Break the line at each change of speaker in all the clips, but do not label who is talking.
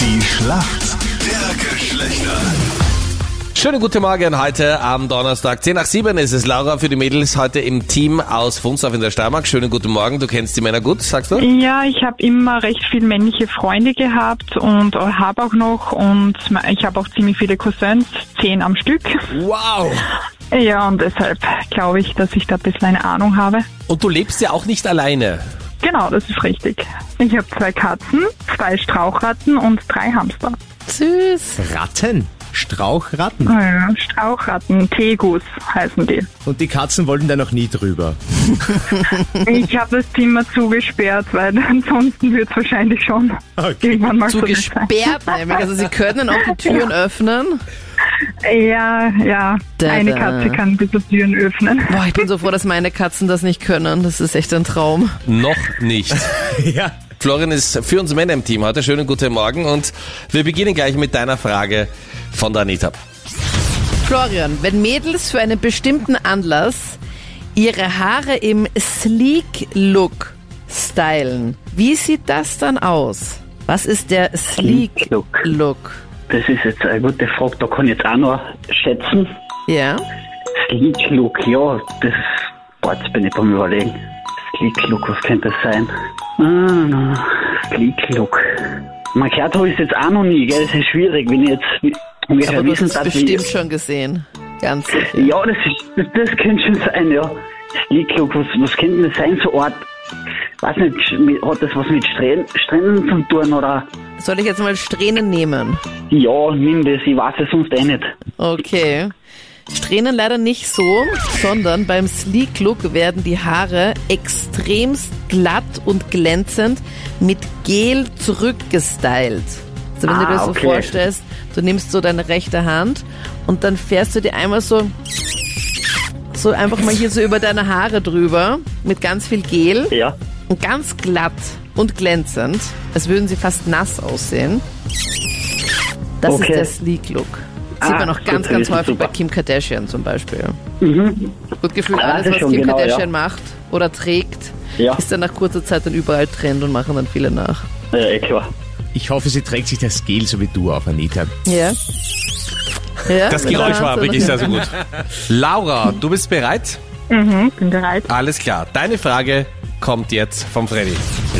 Die Schlacht der Geschlechter.
Schönen guten Morgen heute am Donnerstag. 10 nach 7 ist es. Laura für die Mädels heute im Team aus Funsdorf in der Steiermark. Schönen guten Morgen. Du kennst die Männer gut, sagst du?
Ja, ich habe immer recht viel männliche Freunde gehabt und habe auch noch und ich habe auch ziemlich viele Cousins, zehn am Stück.
Wow.
Ja, und deshalb glaube ich, dass ich da ein bisschen eine Ahnung habe.
Und du lebst ja auch nicht alleine.
Genau, das ist richtig. Ich habe zwei Katzen, zwei Strauchratten und drei Hamster.
Süß.
Ratten. Strauchratten.
Ja, Strauchratten, Tegus heißen die.
Und die Katzen wollten da noch nie drüber.
Ich habe das Zimmer zugesperrt, weil ansonsten wird es wahrscheinlich schon irgendwann mal so sein.
Bärt nämlich. Also sie können auch die Türen öffnen.
Ja, ja.
Da,
Eine
da.
Katze kann bis auf Türen öffnen.
Boah, ich bin so froh, dass meine Katzen das nicht können. Das ist echt ein Traum.
Noch nicht.
ja.
Florian ist für uns Männer im Team heute. Schönen guten Morgen. Und wir beginnen gleich mit deiner Frage von der Anita.
Florian, wenn Mädels für einen bestimmten Anlass ihre Haare im Sleek-Look stylen, wie sieht das dann aus? Was ist der
Sleek-Look.
Sleek-Look?
Das ist jetzt eine gute Frage, da kann ich jetzt auch noch schätzen.
Ja?
Sleek Look, ja, das boah, jetzt bin ich beim Überlegen. Sleek Look, was könnte das sein? Ah, Sleek Look. Mein Klar habe ich es jetzt auch noch nie, gell? Das ist schwierig, wenn ich jetzt ungefähr
Aber du hast
wissen
es
darf, wie
bestimmt schon gesehen. Ganz sicher.
Ja, das, ist, das, das könnte schon sein, ja. Sleek Look, was, was könnte das sein, so Art? Weiß nicht, mit- hat das was mit Strähnen, Strähnen zu tun oder?
Soll ich jetzt mal Strähnen nehmen?
Ja, nimm das, ich weiß es sonst eh nicht.
Okay. Strähnen leider nicht so, sondern beim Sleek Look werden die Haare extremst glatt und glänzend mit Gel zurückgestylt. Also wenn du dir
Ah,
das so
okay.
vorstellst, du nimmst so deine rechte Hand und dann fährst du dir einmal so so einfach mal hier so über deine Haare drüber mit ganz viel Gel
Ja.
und ganz glatt und glänzend, als würden sie fast nass aussehen. Das
Okay.
ist der Sleek Look. Sieht
Ah,
man auch ganz,
super,
ganz
das ist
häufig
super.
bei Kim Kardashian zum Beispiel. Und gefühlt
Ah,
alles,
das
was
schon,
Kim
genau,
Kardashian
ja.
macht oder trägt,
Ja.
ist dann nach kurzer Zeit dann überall Trend und machen dann viele nach.
Ja, eh klar.
Ich hoffe, sie trägt sich das Gel so wie du auf, Anita.
Ja. ja
Das Geräusch
Ja,
war
so
wirklich sehr,
nach-
sehr gut. Laura, du bist bereit?
Mhm, bin bereit.
Alles klar. Deine Frage kommt jetzt vom Freddy.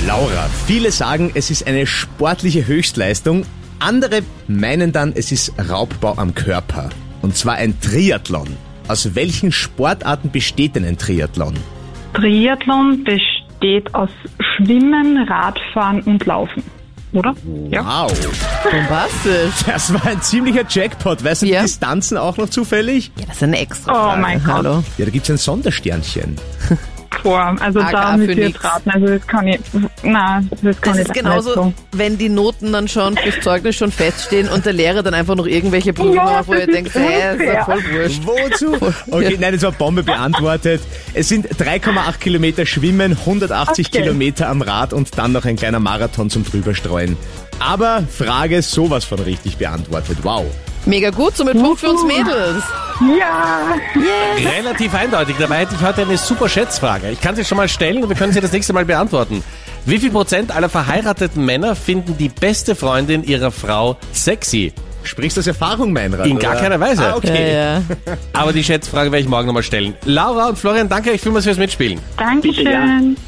Laura, viele sagen, es ist eine sportliche Höchstleistung. Andere meinen dann, es ist Raubbau am Körper. Und zwar ein Triathlon. Aus welchen Sportarten besteht denn ein Triathlon?
Triathlon besteht aus Schwimmen, Radfahren und Laufen, oder? Ja.
Wow,
Bombastisch.
das war ein ziemlicher Jackpot. Weißt du, die
Ja.
Distanzen auch noch zufällig?
Ja, das ist eine extra Frage.
Oh mein Gott.
Hallo.
Ja, da gibt's ein Sondersternchen.
Boah, also
AKA
da müsst
für
ihr
nix.
jetzt raten. Also das kann ich, na, das kann
Das
ich
ist genauso,
nicht
wenn die Noten dann schon fürs Zeugnis schon feststehen und der Lehrer dann einfach noch irgendwelche Prüfungen
Ja,
macht, wo
das
ihr
ist
denkt, hey, ist
unfair.
ja voll wurscht.
Wozu? Okay, nein, das war Bombe beantwortet. Es sind 3,8 Kilometer Schwimmen, 180
Okay.
Kilometer am Rad und dann noch ein kleiner Marathon zum drüberstreuen. Aber Frage sowas von richtig beantwortet. Wow.
Mega gut, somit Punkt für uns Mädels.
so. Ja,
Relativ eindeutig. Dabei hätte ich heute eine super Schätzfrage. Ich kann sie schon mal stellen und wir können sie das nächste Mal beantworten. Wie viel Prozent aller verheirateten Männer finden die beste Freundin ihrer Frau sexy?
Sprichst du aus Erfahrung, Meinrad?
In gar
oder?
keiner Weise.
Ah, okay.
Ja, ja.
Aber die Schätzfrage werde ich morgen nochmal stellen. Laura und Florian, danke euch vielmals fürs Mitspielen.
Dankeschön.
Bitte,